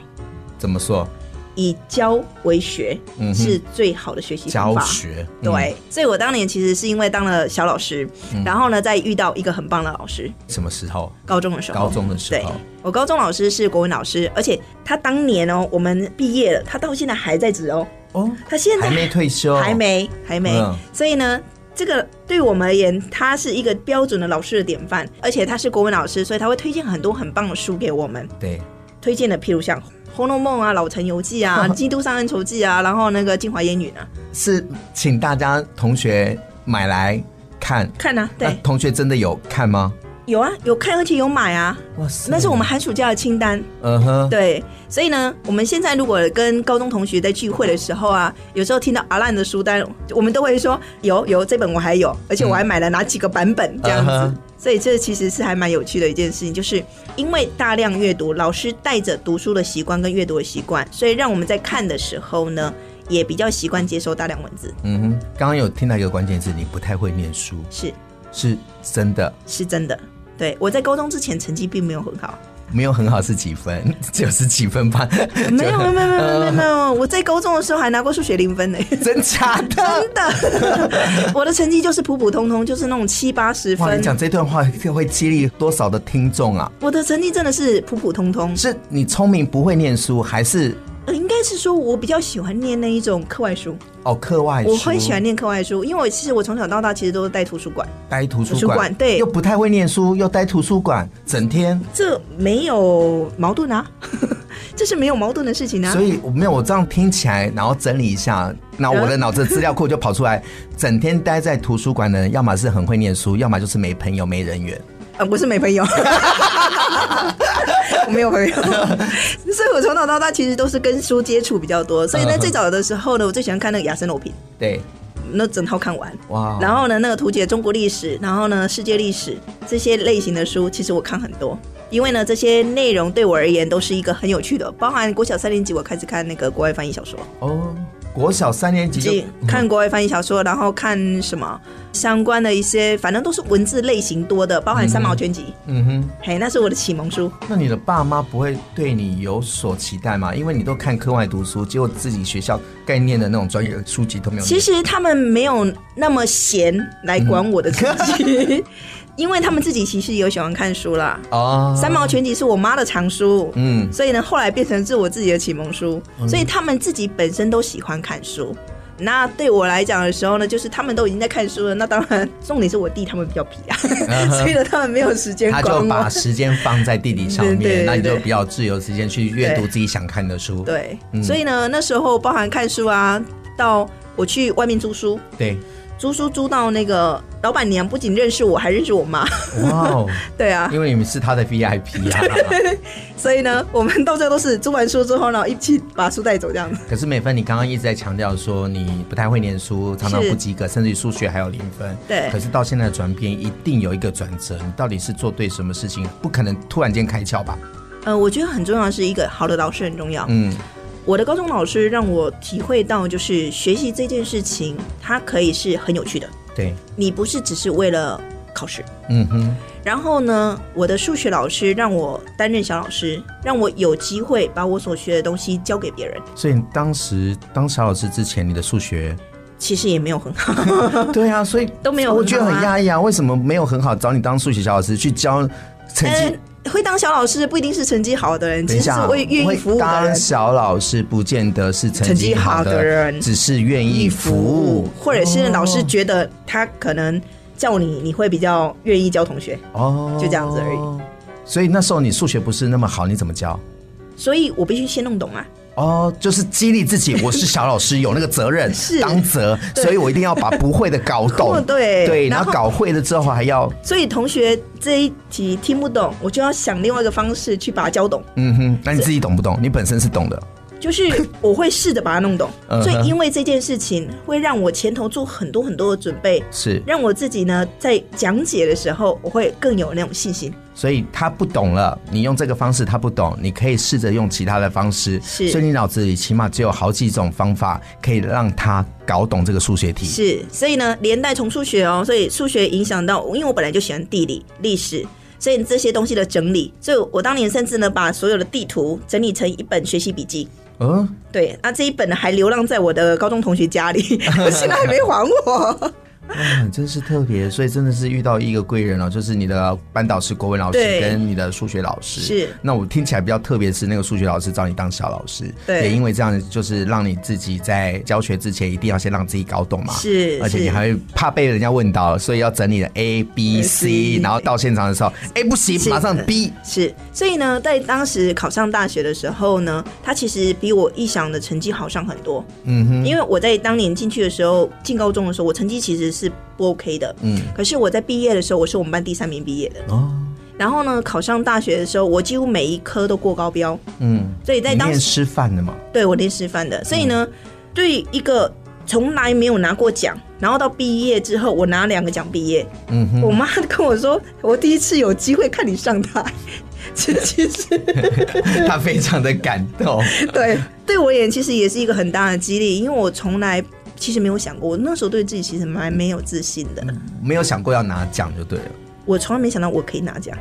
[SPEAKER 2] 怎么说？
[SPEAKER 3] 以教为学、
[SPEAKER 2] 嗯哼
[SPEAKER 3] 是最好的学习方
[SPEAKER 2] 教
[SPEAKER 3] 法。
[SPEAKER 2] 学，嗯
[SPEAKER 3] 对，所以我当年其实是因为当了小老师，然后呢，再遇到一个很棒的老师，
[SPEAKER 2] 嗯什么时候？
[SPEAKER 3] 高中的时候，
[SPEAKER 2] 高中的时
[SPEAKER 3] 对
[SPEAKER 2] 候，
[SPEAKER 3] 我高中老师是国文老师，而且他当年哦，我们毕业了，他到现在还在职哦，
[SPEAKER 2] 哦，
[SPEAKER 3] 他现在
[SPEAKER 2] 还没退休，
[SPEAKER 3] 还没，还没。
[SPEAKER 2] 嗯
[SPEAKER 3] 所以呢，这个对我们而言，他是一个标准的老师的典范，而且他是国文老师，所以他会推荐很多很棒的书给我们。
[SPEAKER 2] 对，
[SPEAKER 3] 推荐的，譬如像《红楼梦》啊、《老陈游记》 啊、《基督山恩仇记》啊，然后那个《京华烟云》啊，
[SPEAKER 2] 是请大家同学买来看。
[SPEAKER 3] 看啊，对
[SPEAKER 2] 那，同学真的有看吗？
[SPEAKER 3] 有啊，有看，而且有买啊，
[SPEAKER 2] 哇塞
[SPEAKER 3] 那是我们寒暑假的清单。
[SPEAKER 2] 嗯哼，
[SPEAKER 3] 对，所以呢，我们现在如果跟高中同学在聚会的时候啊，有时候听到阿烂的书单，我们都会说有有这本我还有，而且我还买了哪几个版本这样子。
[SPEAKER 2] 嗯哼
[SPEAKER 3] 所以这其实是还蛮有趣的一件事情，就是因为大量阅读，老师带着读书的习惯跟阅读的习惯，所以让我们在看的时候呢，也比较习惯接收大量文字。
[SPEAKER 2] 嗯哼，刚刚有听到一个关键字，你不太会念书，
[SPEAKER 3] 是
[SPEAKER 2] 是真的
[SPEAKER 3] 是真的，对我在高中之前成绩并没有很好，
[SPEAKER 2] 没有很好是几分， 九十几分吧？
[SPEAKER 3] 没有没有没有没有没有
[SPEAKER 2] 呃
[SPEAKER 3] 没有，我在高中的时候还拿过数学零分呢、
[SPEAKER 2] 真假的？
[SPEAKER 3] 真的，呃 我的成绩就是普普通通，就是那种七八十
[SPEAKER 2] 哇，你
[SPEAKER 3] 分。
[SPEAKER 2] 讲这段话会激励多少的听众啊？
[SPEAKER 3] 我的成绩真的是普普通通，
[SPEAKER 2] 是你聪明不会念书，还是
[SPEAKER 3] 呃应该是说我比较喜欢念那一种课外书，
[SPEAKER 2] 哦课外书？
[SPEAKER 3] 我很喜欢念课外书，因为我其实我从小到大其实都是待图书馆，
[SPEAKER 2] 待图书
[SPEAKER 3] 图书馆对
[SPEAKER 2] 又不太会念书，又待图书馆，整天。
[SPEAKER 3] 这没有矛盾啊， 这是没有矛盾的事情啊
[SPEAKER 2] 所。以我没有，我这样听起来，然后整理一下，那我的脑子的资料库就跑出来，整天待在图书馆的人，要么是很会念书，要么就是没朋友、没人缘。
[SPEAKER 3] 呃，我是 没朋友，我没有朋友， 所以我从小到大其实都是跟书接触比较多。所以呢，
[SPEAKER 2] 嗯
[SPEAKER 3] 最早的时候呢，我最喜欢看那个《亚森罗平》，
[SPEAKER 2] 对，
[SPEAKER 3] 那整套看完。
[SPEAKER 2] 哇，
[SPEAKER 3] 然后呢，那个图解中国历史，然后呢，世界历史这些类型的书，其实我看很多，因为呢，这些内容对我而言都是一个很有趣的。包含国小三年级，我开始看那个国外翻译小说，
[SPEAKER 2] 哦，国小三年级
[SPEAKER 3] 即
[SPEAKER 2] 就嗯
[SPEAKER 3] 看国外翻译小说，然后看什么相关的一些，反正都是文字类型多的，包含三毛全集，
[SPEAKER 2] 嗯哼，
[SPEAKER 3] 嘿，那是我的启蒙书。
[SPEAKER 2] 那你的爸妈不会对你有所期待吗？因为你都看课外读书，结果自己学校该念的那种专业的书籍都没有念。
[SPEAKER 3] 其实他们没有那么闲来管我的成 绩，因为他们自己其实也有喜欢看书啦。
[SPEAKER 2] 哦，
[SPEAKER 3] 三毛全集是我妈的藏书，
[SPEAKER 2] 嗯
[SPEAKER 3] 所以呢，后来变成是我自己的启蒙书，所以他们自己本身都喜欢看书。那对我来讲的时候呢，就是他们都已经在看书了，那当然重点是我弟他们比较皮啊， 所以呢，他们没有时间
[SPEAKER 2] 嗯 他就
[SPEAKER 3] 管
[SPEAKER 2] 把
[SPEAKER 3] 我。
[SPEAKER 2] 时间放在地理上
[SPEAKER 3] 对对
[SPEAKER 2] 面，
[SPEAKER 3] 对
[SPEAKER 2] 那你就
[SPEAKER 3] 对
[SPEAKER 2] 比较自由时间去阅读
[SPEAKER 3] 对
[SPEAKER 2] 自己想看的书。
[SPEAKER 3] 对，
[SPEAKER 2] 嗯
[SPEAKER 3] 所以呢，那时候包含看书啊，到我去外面租书，
[SPEAKER 2] 对，
[SPEAKER 3] 租书租到那个老板娘不仅认识我，还认识我妈。
[SPEAKER 2] 哇哦，
[SPEAKER 3] 对啊，
[SPEAKER 2] 因为你们是他的 VIP 啊。
[SPEAKER 3] 所以呢，我们到最后都是租完书之后呢，一起把书带走这样子。
[SPEAKER 2] 可是美芬，你刚刚一直在强调说你不太会念书，常常
[SPEAKER 3] 是
[SPEAKER 2] 不及格，甚至于数学还有零分。
[SPEAKER 3] 对
[SPEAKER 2] 可是到现在的转变，一定有一个转折，你到底是做对什么事情？不可能突然间开窍吧？
[SPEAKER 3] 呃，我觉得很重要的是一个好的老师很重要。
[SPEAKER 2] 嗯，
[SPEAKER 3] 我的高中老师让我体会到，就是学习这件事情，它可以是很有趣的。
[SPEAKER 2] 对，
[SPEAKER 3] 你不是只是为了考试。
[SPEAKER 2] 嗯哼，
[SPEAKER 3] 然后呢，我的数学老师让我担任小老师，让我有机会把我所学的东西教给别人。
[SPEAKER 2] 所以你当时当小老师之前，你的数学，
[SPEAKER 3] 其实也没有很好，
[SPEAKER 2] 对啊，所以
[SPEAKER 3] 都没有很好啊
[SPEAKER 2] 我觉得很压抑啊，为什么没有很好找你当数学小老师去教成绩？
[SPEAKER 3] 但会当小老师不一定是成绩好的人，
[SPEAKER 2] 等一
[SPEAKER 3] 呃其实是
[SPEAKER 2] 下，啊
[SPEAKER 3] 会愿意服务的
[SPEAKER 2] 当
[SPEAKER 3] 人。
[SPEAKER 2] 小老师不见得是成
[SPEAKER 3] 成绩
[SPEAKER 2] 绩好
[SPEAKER 3] 好
[SPEAKER 2] 的
[SPEAKER 3] 的人
[SPEAKER 2] 只是愿意服务，
[SPEAKER 3] 或者是老师觉得他可能叫你，你会比较愿意教同学。
[SPEAKER 2] 哦，
[SPEAKER 3] 就这样子而
[SPEAKER 2] 已。所以那时候你数学不是那么好，你怎么教？
[SPEAKER 3] 所以我必须先弄懂啊。
[SPEAKER 2] 哦，就是激励自己，我是小老师，有那个责任，
[SPEAKER 3] 是
[SPEAKER 2] 当责，
[SPEAKER 3] 对
[SPEAKER 2] 所以我一定要把不会的搞懂，
[SPEAKER 3] 对
[SPEAKER 2] 对，然
[SPEAKER 3] 然后
[SPEAKER 2] 后搞会了之后还要，
[SPEAKER 3] 所以同学这一题听不懂，我就要想另外一个方式去把它教懂，
[SPEAKER 2] 嗯哼，那你自己懂不懂？你本身是懂的，
[SPEAKER 3] 就是 我会试着把它弄懂
[SPEAKER 2] 嗯。哼
[SPEAKER 3] 所以因为这件事情会让我前头做很多很多的准备，
[SPEAKER 2] 是，
[SPEAKER 3] 让我自己呢在讲解的时候我会更有那种信心。
[SPEAKER 2] 所以他不懂了，你用这个方式他不懂，你可以试着用其他的方式，
[SPEAKER 3] 是
[SPEAKER 2] 所以你脑子里起码只有好几种方法可以让他搞懂这个数学题，
[SPEAKER 3] 是，所以呢连带从数学哦，所以数学影响到，因为我本来就喜欢地理、历史。所以这些东西的整理，所以我当年甚至呢把所有的地图整理成一本学习笔记，
[SPEAKER 2] 嗯，
[SPEAKER 3] 对，那这一本呢还流浪在我的高中同学家里，现在还没还我。
[SPEAKER 2] 哇，真是特别，所以真的是遇到一个贵人哦，就是你的班导师国文老师
[SPEAKER 3] 对
[SPEAKER 2] 跟你的数学老师。
[SPEAKER 3] 是
[SPEAKER 2] 那我听起来比较特别是那个数学老师找你当小老师，
[SPEAKER 3] 对
[SPEAKER 2] 也因为这样就是让你自己在教学之前一定要先让自己搞懂嘛。
[SPEAKER 3] 是
[SPEAKER 2] 而且你
[SPEAKER 3] 是
[SPEAKER 2] 还会怕被人家问到，所以要整理的 A B C，
[SPEAKER 3] C
[SPEAKER 2] 然后到现场的时候，哎不行，
[SPEAKER 3] 是
[SPEAKER 2] 马上 B。
[SPEAKER 3] 是，所以呢，在当时考上大学的时候呢，他其实比我臆想的成绩好上很多。
[SPEAKER 2] 嗯哼，
[SPEAKER 3] 因为我在当年进去的时候，进高中的时候，我成绩其实是不 OK 的。
[SPEAKER 2] 嗯
[SPEAKER 3] 可是我在毕业的时候，我是我们班第三名毕业的。
[SPEAKER 2] 哦，
[SPEAKER 3] 然后呢，考上大学的时候，我几乎每一科都过高标，
[SPEAKER 2] 嗯，
[SPEAKER 3] 所以在
[SPEAKER 2] 你
[SPEAKER 3] 当
[SPEAKER 2] 念嗯
[SPEAKER 3] 时
[SPEAKER 2] 师范的嘛，
[SPEAKER 3] 对我练师范的。所以呢，对于一个从来没有拿过奖，然后到毕业之后，我拿两个奖毕业，
[SPEAKER 2] 嗯哼，
[SPEAKER 3] 我妈跟我说，我第一次有机会看你上台，其其实
[SPEAKER 2] 他非常的感 动。
[SPEAKER 3] 对对我而言，其实也是一个很大的激励，因为我从来其实没有想过，我那时候对自己其实蛮没有自信的，
[SPEAKER 2] 没有想过要拿奖就对了，
[SPEAKER 3] 我从来没想到我可以拿奖。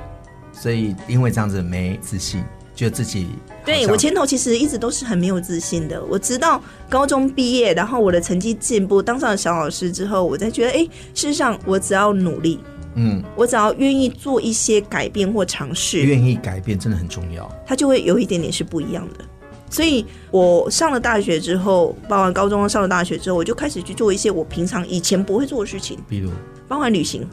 [SPEAKER 2] 所以因为这样子没自信，觉得自己好
[SPEAKER 3] 对
[SPEAKER 2] 像
[SPEAKER 3] 我前头其实一直都是很没有自信的，我直到高中毕业，然后我的成绩进步，当上了小老师之后，我才觉得，哎，事实上我只要努力，
[SPEAKER 2] 嗯
[SPEAKER 3] 我只要愿意做一些改变或尝试，
[SPEAKER 2] 愿意改变真的很重要。
[SPEAKER 3] 它就会有一点点是不一样的。所以我上了大学之后，包含高中上了大学之后，我就开始去做一些我平常以前不会做的事情，
[SPEAKER 2] 比如
[SPEAKER 3] 包含旅行。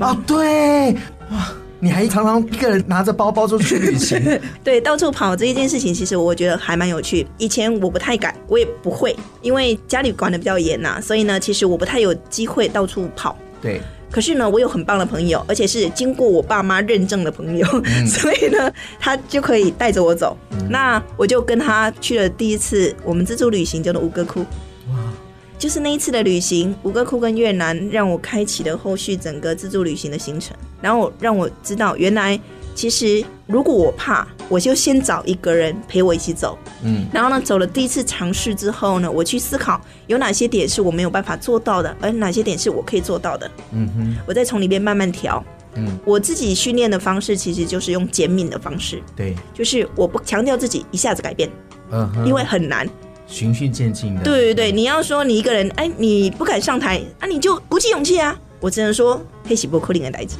[SPEAKER 2] 哦，对哇，你还常常一个人拿着包包出去旅行，
[SPEAKER 3] 对，到处跑这一件事情，其实我觉得还蛮有趣。以前我不太敢，我也不会，因为家里管的比较严呐、所以呢，其实我不太有机会到处跑。
[SPEAKER 2] 对，
[SPEAKER 3] 可是呢，我有很棒的朋友，而且是经过我爸妈认证的朋友， 所以呢，他就可以带着我走。那我就跟他去了第一次我们自助旅行，叫做吴哥窟。
[SPEAKER 2] 哇，
[SPEAKER 3] 就是那一次的旅行，吴哥窟跟越南让我开启了后续整个自助旅行的行程，然后让我知道原来其实如果我怕，我就先找一个人陪我一起走。
[SPEAKER 2] 嗯
[SPEAKER 3] 然后呢，走了第一次尝试之后呢，我去思考有哪些点是我没有办法做到的，而哪些点是我可以做到的，
[SPEAKER 2] 嗯哼，
[SPEAKER 3] 我再从里面慢慢调。
[SPEAKER 2] 嗯，
[SPEAKER 3] 我自己训练的方式其实就是用减敏的方式，
[SPEAKER 2] 对，
[SPEAKER 3] 就是我不强调自己一下子改变，
[SPEAKER 2] 嗯哼，
[SPEAKER 3] 因为很难。
[SPEAKER 2] 循序渐进的，
[SPEAKER 3] 对对对，你要说你一个人，哎，你不敢上台，啊，你就鼓起勇气啊！我只能说，黑喜波克林的 代志。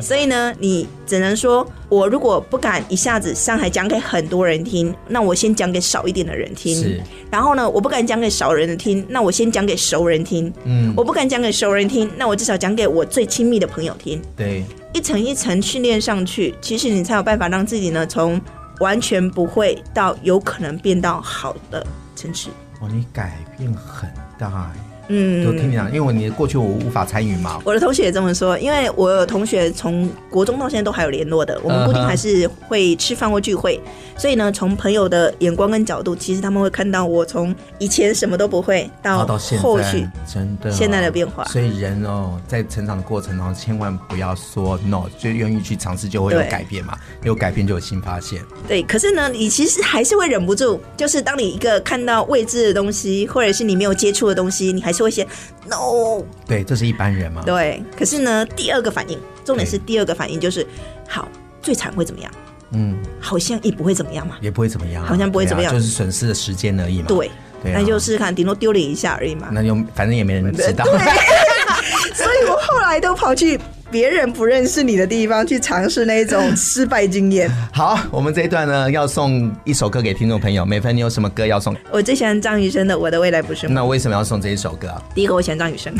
[SPEAKER 3] 所以呢，你只能说，我如果不敢一下子上台讲给很多人听，那我先讲给少一点的人听。
[SPEAKER 2] 是，
[SPEAKER 3] 然后呢，我不敢讲给少人的听，那我先讲给熟人听。
[SPEAKER 2] 嗯，
[SPEAKER 3] 我不敢讲给熟人听，那我至少讲给我最亲密的朋友听。
[SPEAKER 2] 对，
[SPEAKER 3] 一层一层训练上去，其实你才有办法让自己呢，从完全不会到有可能变到好的层次。
[SPEAKER 2] 哇，哦你改变很大耶，欸
[SPEAKER 3] 嗯，
[SPEAKER 2] 就听你讲，因为你的过去我无法参与嘛，
[SPEAKER 3] 我的同学也这么说，因为我有同学从国中到现在都还有联络的，我们
[SPEAKER 2] Uh-huh
[SPEAKER 3] 固定还是会吃饭或聚会所以呢，从朋友的眼光跟角度，其实他们会看到我从以前什么都不会
[SPEAKER 2] 然
[SPEAKER 3] 到
[SPEAKER 2] 哦后到现在，
[SPEAKER 3] 后续，
[SPEAKER 2] 真的
[SPEAKER 3] 现在的变化
[SPEAKER 2] 所以人哦，在成长的过程中，千万不要说 no，就愿意去尝试，就会有
[SPEAKER 3] 对
[SPEAKER 2] 改变嘛。有改变就有新发现。
[SPEAKER 3] 对。可是呢，你其实还是会忍不住，就是当你一个看到未知的东西，或者是你没有接触的东西，你还是会先 no
[SPEAKER 2] 对，这是一般人嘛。
[SPEAKER 3] 对。可是呢，第二个反应，重点是
[SPEAKER 2] 对
[SPEAKER 3] 第二个反应就是，好，最惨会怎么样？
[SPEAKER 2] 嗯，
[SPEAKER 3] 好像也不会怎么样嘛。
[SPEAKER 2] 也不会怎么样啊、
[SPEAKER 3] 好像不会怎么样
[SPEAKER 2] 对啊就是损失的时间而已嘛。
[SPEAKER 3] 对，
[SPEAKER 2] 对啊、
[SPEAKER 3] 那就啊试试看，顶多丢脸一下而已嘛。
[SPEAKER 2] 那就 反正也没人知道。
[SPEAKER 3] 所以我后来都跑去别人不认识你的地方去尝试那种失败经验。
[SPEAKER 2] 好，我们这一段呢要送一首歌给听众朋友。美芬，你有什么歌要送？
[SPEAKER 3] 我最喜欢张雨生的《我的未来不是梦》。
[SPEAKER 2] 那为什么要送这一首歌啊？
[SPEAKER 3] 第一个我喜欢张 雨生，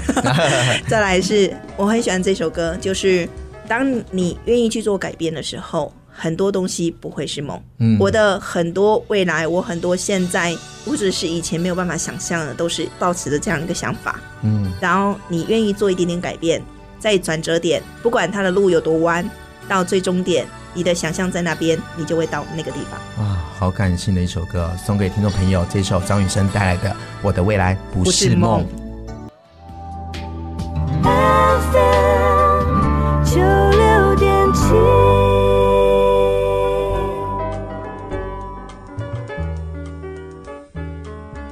[SPEAKER 3] 再来是我很喜欢这首歌，就是当你愿意去做改变的时候，很多东西不会是梦。
[SPEAKER 2] 嗯
[SPEAKER 3] 我的很多未来，我很多现在，不只是以前没有办法想象的，都是抱持着这样一个想法。
[SPEAKER 2] 嗯，
[SPEAKER 3] 然后你愿意做一点点改变，在转折点，不管它的路有多弯，到最终点，你的想象在那边，你就会到那个地方。
[SPEAKER 2] 哇，啊好感性的一首歌，送给听众朋友。这首张雨生带来的《我的未来不是梦》。
[SPEAKER 4] FM 九六点七。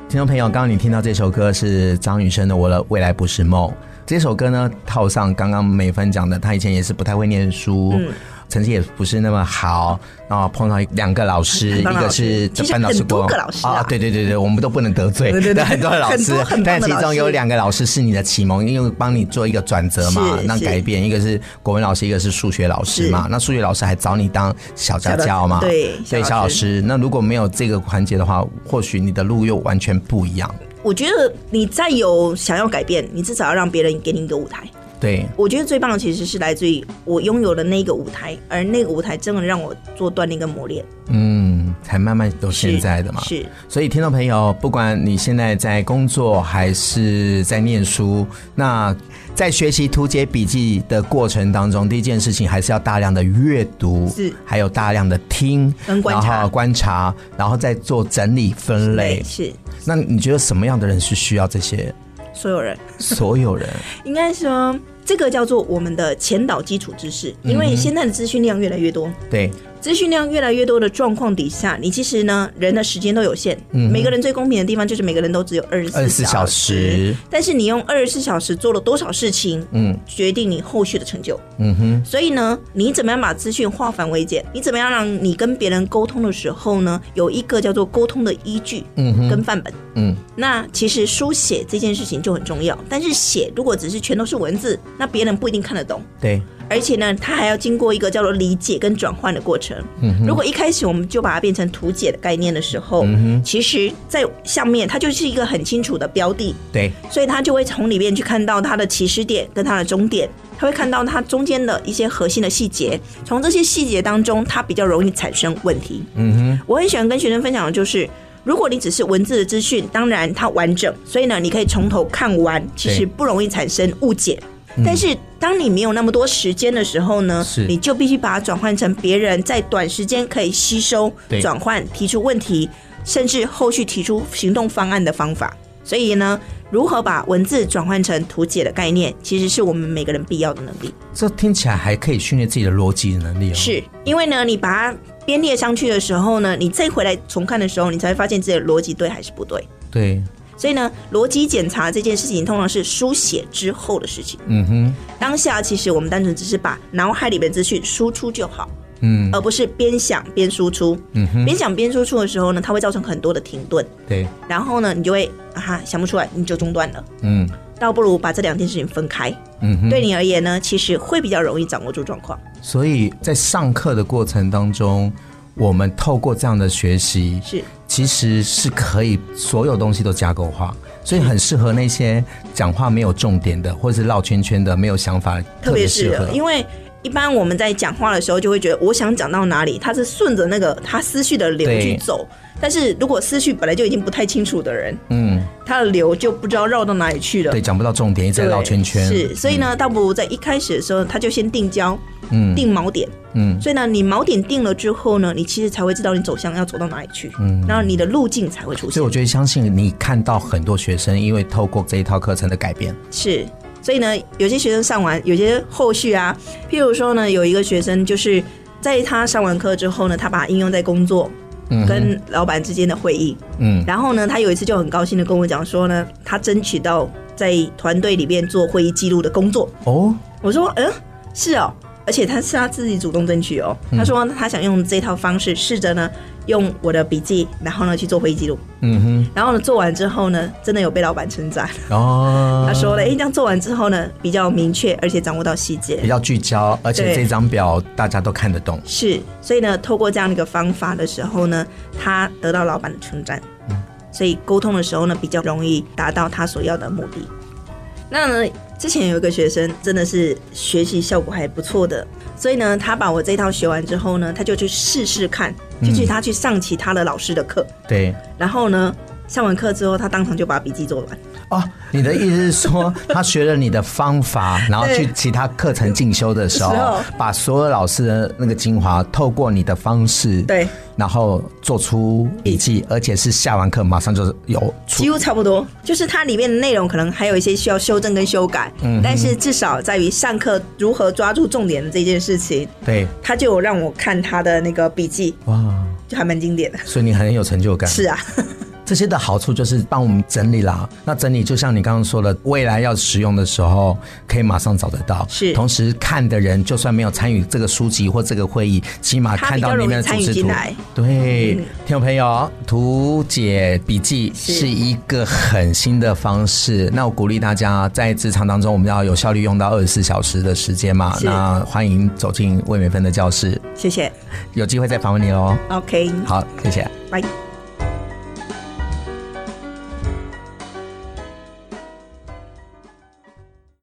[SPEAKER 2] 听众朋友，刚刚你听到这首歌是张雨生的《我的未来不是梦》。这首歌呢，套上刚刚美芬讲的，她以前也是不太会念书，
[SPEAKER 3] 嗯
[SPEAKER 2] 成绩也不是那么好，然后碰到两个老师，一
[SPEAKER 3] 很棒的
[SPEAKER 2] 个
[SPEAKER 3] 老师
[SPEAKER 2] 是
[SPEAKER 3] 其实
[SPEAKER 2] 班导
[SPEAKER 3] 很
[SPEAKER 2] 师
[SPEAKER 3] 多
[SPEAKER 2] 郭
[SPEAKER 3] 个老师啊
[SPEAKER 2] 对对对对，我们都不能得罪，
[SPEAKER 3] 对对 对
[SPEAKER 2] 很多老师
[SPEAKER 3] 很多很棒，的
[SPEAKER 2] 但其
[SPEAKER 3] 老
[SPEAKER 2] 中
[SPEAKER 3] 师
[SPEAKER 2] 有两个老师是你的启蒙，因为帮你做一个转折嘛
[SPEAKER 3] 是，
[SPEAKER 2] 让
[SPEAKER 3] 是
[SPEAKER 2] 改变，一个是国文老师，一个是数学老师嘛
[SPEAKER 3] 是，
[SPEAKER 2] 那数学老师还找你当小家教嘛，
[SPEAKER 3] 小老对
[SPEAKER 2] 所以
[SPEAKER 3] 小
[SPEAKER 2] 小
[SPEAKER 3] 老
[SPEAKER 2] 老
[SPEAKER 3] 师
[SPEAKER 2] 师，那如果没有这个环节的话，或许你的路又完全不一样，
[SPEAKER 3] 我觉得你再有想要改变，你至少要让别人给你一个舞台。
[SPEAKER 2] 对。
[SPEAKER 3] 我觉得最棒的其实是来自于我拥有的那个舞台，而那个舞台真的让我做锻炼跟磨练。
[SPEAKER 2] 嗯，才慢慢有现在的嘛。
[SPEAKER 3] 是
[SPEAKER 2] 所以，听众朋友，不管你现在在工作还是在念书，那在学习图解笔记的过程当中，第一件事情还是要大量的阅读，
[SPEAKER 3] 是
[SPEAKER 2] 还有大量的听，
[SPEAKER 3] 跟观察
[SPEAKER 2] 然后观察，然后再做整理分类。
[SPEAKER 3] 是
[SPEAKER 2] 那你觉得什么样的人是需要这些？
[SPEAKER 3] 所有人
[SPEAKER 2] 所有 人
[SPEAKER 3] 应该说这个叫做我们的前导基础知识，因
[SPEAKER 2] 嗯
[SPEAKER 3] 为现在的资讯量越来越多。
[SPEAKER 2] 对，
[SPEAKER 3] 资讯量越来越多的状况底下，你其实呢，人的时间都有限。
[SPEAKER 2] 嗯
[SPEAKER 3] 每个人最公平的地方就是每个人都只有二十四
[SPEAKER 2] 24小时
[SPEAKER 3] 但是你用二十四小时做了多少事情，
[SPEAKER 2] 嗯
[SPEAKER 3] 决定你后续的成就。
[SPEAKER 2] 嗯哼，
[SPEAKER 3] 所以呢，你怎么样把资讯化繁为简？你怎么样让你跟别人沟通的时候呢，有一个叫做沟通的依据，
[SPEAKER 2] 嗯哼
[SPEAKER 3] 跟范本。
[SPEAKER 2] 嗯，
[SPEAKER 3] 那其实书写这件事情就很重要，但是写如果只是全都是文字，那别人不一定看得懂。
[SPEAKER 2] 对，
[SPEAKER 3] 而且呢，它还要经过一个叫做理解跟转换的过程。如果一开始我们就把它变成图解的概念的时候，其实在下面它就是一个很清楚的标的，
[SPEAKER 2] 对，
[SPEAKER 3] 所以他就会从里面去看到它的起始点跟它的终点，他会看到它中间的一些核心的细节，从这些细节当中，它比较容易产生问题。
[SPEAKER 2] 嗯哼，
[SPEAKER 3] 我很喜欢跟学生分享的就是，如果你只是文字的资讯，当然它完整，所以呢，你可以从头看完，其实
[SPEAKER 2] 对
[SPEAKER 3] 不容易产生误解。但是当你没有那么多时间的时候呢
[SPEAKER 2] 是，
[SPEAKER 3] 你就必须把它转换成别人在短时间可以吸收
[SPEAKER 2] 对、
[SPEAKER 3] 转换、提出问题，甚至后续提出行动方案的方法。所以呢，如何把文字转换成图解的概念，其实是我们每个人必要的能力。
[SPEAKER 2] 这听起来还可以训练自己的逻辑能力哦。
[SPEAKER 3] 是因为呢，你把它编列上去的时候呢，你再回来重看的时候，你才会发现自己的逻辑对还是不对。
[SPEAKER 2] 对，
[SPEAKER 3] 所以呢，逻辑检查这件事情通常是书写之后的事情。
[SPEAKER 2] 嗯哼，
[SPEAKER 3] 当下其实我们单纯只是把脑海里面资讯输出就好，
[SPEAKER 2] 嗯，
[SPEAKER 3] 而不是边想边输出。
[SPEAKER 2] 嗯哼，
[SPEAKER 3] 边想边输出的时候呢，它会造成很多的停顿，
[SPEAKER 2] 对，
[SPEAKER 3] 然后呢，你就会啊哈想不出来，你就中断了。
[SPEAKER 2] 嗯
[SPEAKER 3] 倒不如把这两件事情分开，
[SPEAKER 2] 嗯哼。
[SPEAKER 3] 对你而言呢，其实会比较容易掌握住状况。
[SPEAKER 2] 所以在上课的过程当中，我们透过这样的学习，
[SPEAKER 3] 是
[SPEAKER 2] 其实是可以所有东西都架构化，所以很适合那些讲话没有重点的，或者是绕圈圈的、没有想法，
[SPEAKER 3] 特
[SPEAKER 2] 特
[SPEAKER 3] 别
[SPEAKER 2] 别
[SPEAKER 3] 是
[SPEAKER 2] 适合。
[SPEAKER 3] 因为一般我们在讲话的时候，就会觉得我想讲到哪里，他是顺着那个他思绪的流去
[SPEAKER 2] 对
[SPEAKER 3] 走。但是如果思绪本来就已经不太清楚的人，
[SPEAKER 2] 嗯，
[SPEAKER 3] 他的流就不知道绕到哪里去了。
[SPEAKER 2] 对，讲不到重点，一直在
[SPEAKER 3] 对
[SPEAKER 2] 绕圈圈。
[SPEAKER 3] 是，所以呢，倒不如在一开始的时候，他就先定焦，
[SPEAKER 2] 嗯，
[SPEAKER 3] 定锚点。
[SPEAKER 2] 嗯
[SPEAKER 3] 所以呢，你锚点定了之后呢，你其实才会知道你走向要走到哪里去，嗯，然后你的路径才会出
[SPEAKER 2] 所
[SPEAKER 3] 现
[SPEAKER 2] 以我。觉得，相信你看到很多学生，因为透过这一套课程的改变，
[SPEAKER 3] 是，所以呢，有些学生上完，有些后续啊，譬如说呢，有一个学生就是在他上完课之后呢，他把它应用在工作。
[SPEAKER 2] 嗯哼
[SPEAKER 3] 跟老板之间的会议，
[SPEAKER 2] 嗯
[SPEAKER 3] 然后呢，他有一次就很高兴的跟我讲说呢，他争取到在团队里面做会议记录的工作。
[SPEAKER 2] 哦，
[SPEAKER 3] 我说，嗯，是哦，而且他是他自己主动争取哦。他说他想用这套方式，试着呢用我的笔记，然后呢去做会议记录，
[SPEAKER 2] 嗯
[SPEAKER 3] 然后呢做完之后呢，真的有被老板称赞。
[SPEAKER 2] 哼，哦，
[SPEAKER 3] 他说了，哎、这样做完之后呢，比较明确，而且掌握到细
[SPEAKER 2] 比
[SPEAKER 3] 节。
[SPEAKER 2] 较聚焦，而且
[SPEAKER 3] 对
[SPEAKER 2] 这张表大家都看得懂。
[SPEAKER 3] 是，所以呢，透过这样的一个方法的时候呢，他得到老板的称赞，所以沟通的时候呢，比较容易达到他所要的目的。那呢，之前有一个学生真的是学习效果还不错的，所以呢，他把我这套学完之后呢，他就去试试看，就去他去上其他的老师的课，
[SPEAKER 2] 对，
[SPEAKER 3] 然后呢，上完课之后，他当场就把笔记做完。
[SPEAKER 2] 哦，你的意思是说，他学了你的方法，然后
[SPEAKER 3] 对
[SPEAKER 2] 去其他课程进修的时候
[SPEAKER 3] 时候，
[SPEAKER 2] 把所有老师的那个精华，透过你的方式，
[SPEAKER 3] 对，
[SPEAKER 2] 然后做出笔记，而且是下完课马上就有出
[SPEAKER 3] 几。乎差不多，就是它里面的内容可能还有一些需要修正跟修改，嗯，但是至少在于上课如何抓住重点的这件事情，
[SPEAKER 2] 对，
[SPEAKER 3] 他就有让我看他的那个笔记，
[SPEAKER 2] 哇，
[SPEAKER 3] 就还蛮经典的。
[SPEAKER 2] 所以你很有成就感。
[SPEAKER 3] 是啊，
[SPEAKER 2] 这些的好处就是帮我们整理啦。那整理就像你刚刚说的，未来要使用的时候可以马上找得到。
[SPEAKER 3] 是
[SPEAKER 2] 同时看的人就算没有参与这个书籍或这个会议，起码
[SPEAKER 3] 他
[SPEAKER 2] 看
[SPEAKER 3] 比
[SPEAKER 2] 到
[SPEAKER 3] 较
[SPEAKER 2] 里
[SPEAKER 3] 容易
[SPEAKER 2] 面的
[SPEAKER 3] 参
[SPEAKER 2] 组
[SPEAKER 3] 与
[SPEAKER 2] 织
[SPEAKER 3] 进
[SPEAKER 2] 图
[SPEAKER 3] 来。嗯
[SPEAKER 2] 对，听众朋友，图解笔记
[SPEAKER 3] 是
[SPEAKER 2] 是一个很新的方式。那我鼓励大家在职场当中，我们要有效率用到二十四小时的时间嘛。
[SPEAKER 3] 是
[SPEAKER 2] 那欢迎走进魏美芬的教室，
[SPEAKER 3] 谢谢
[SPEAKER 2] 有机会再访问你喽。
[SPEAKER 3] ，OK，
[SPEAKER 2] 好，谢谢。
[SPEAKER 3] 拜。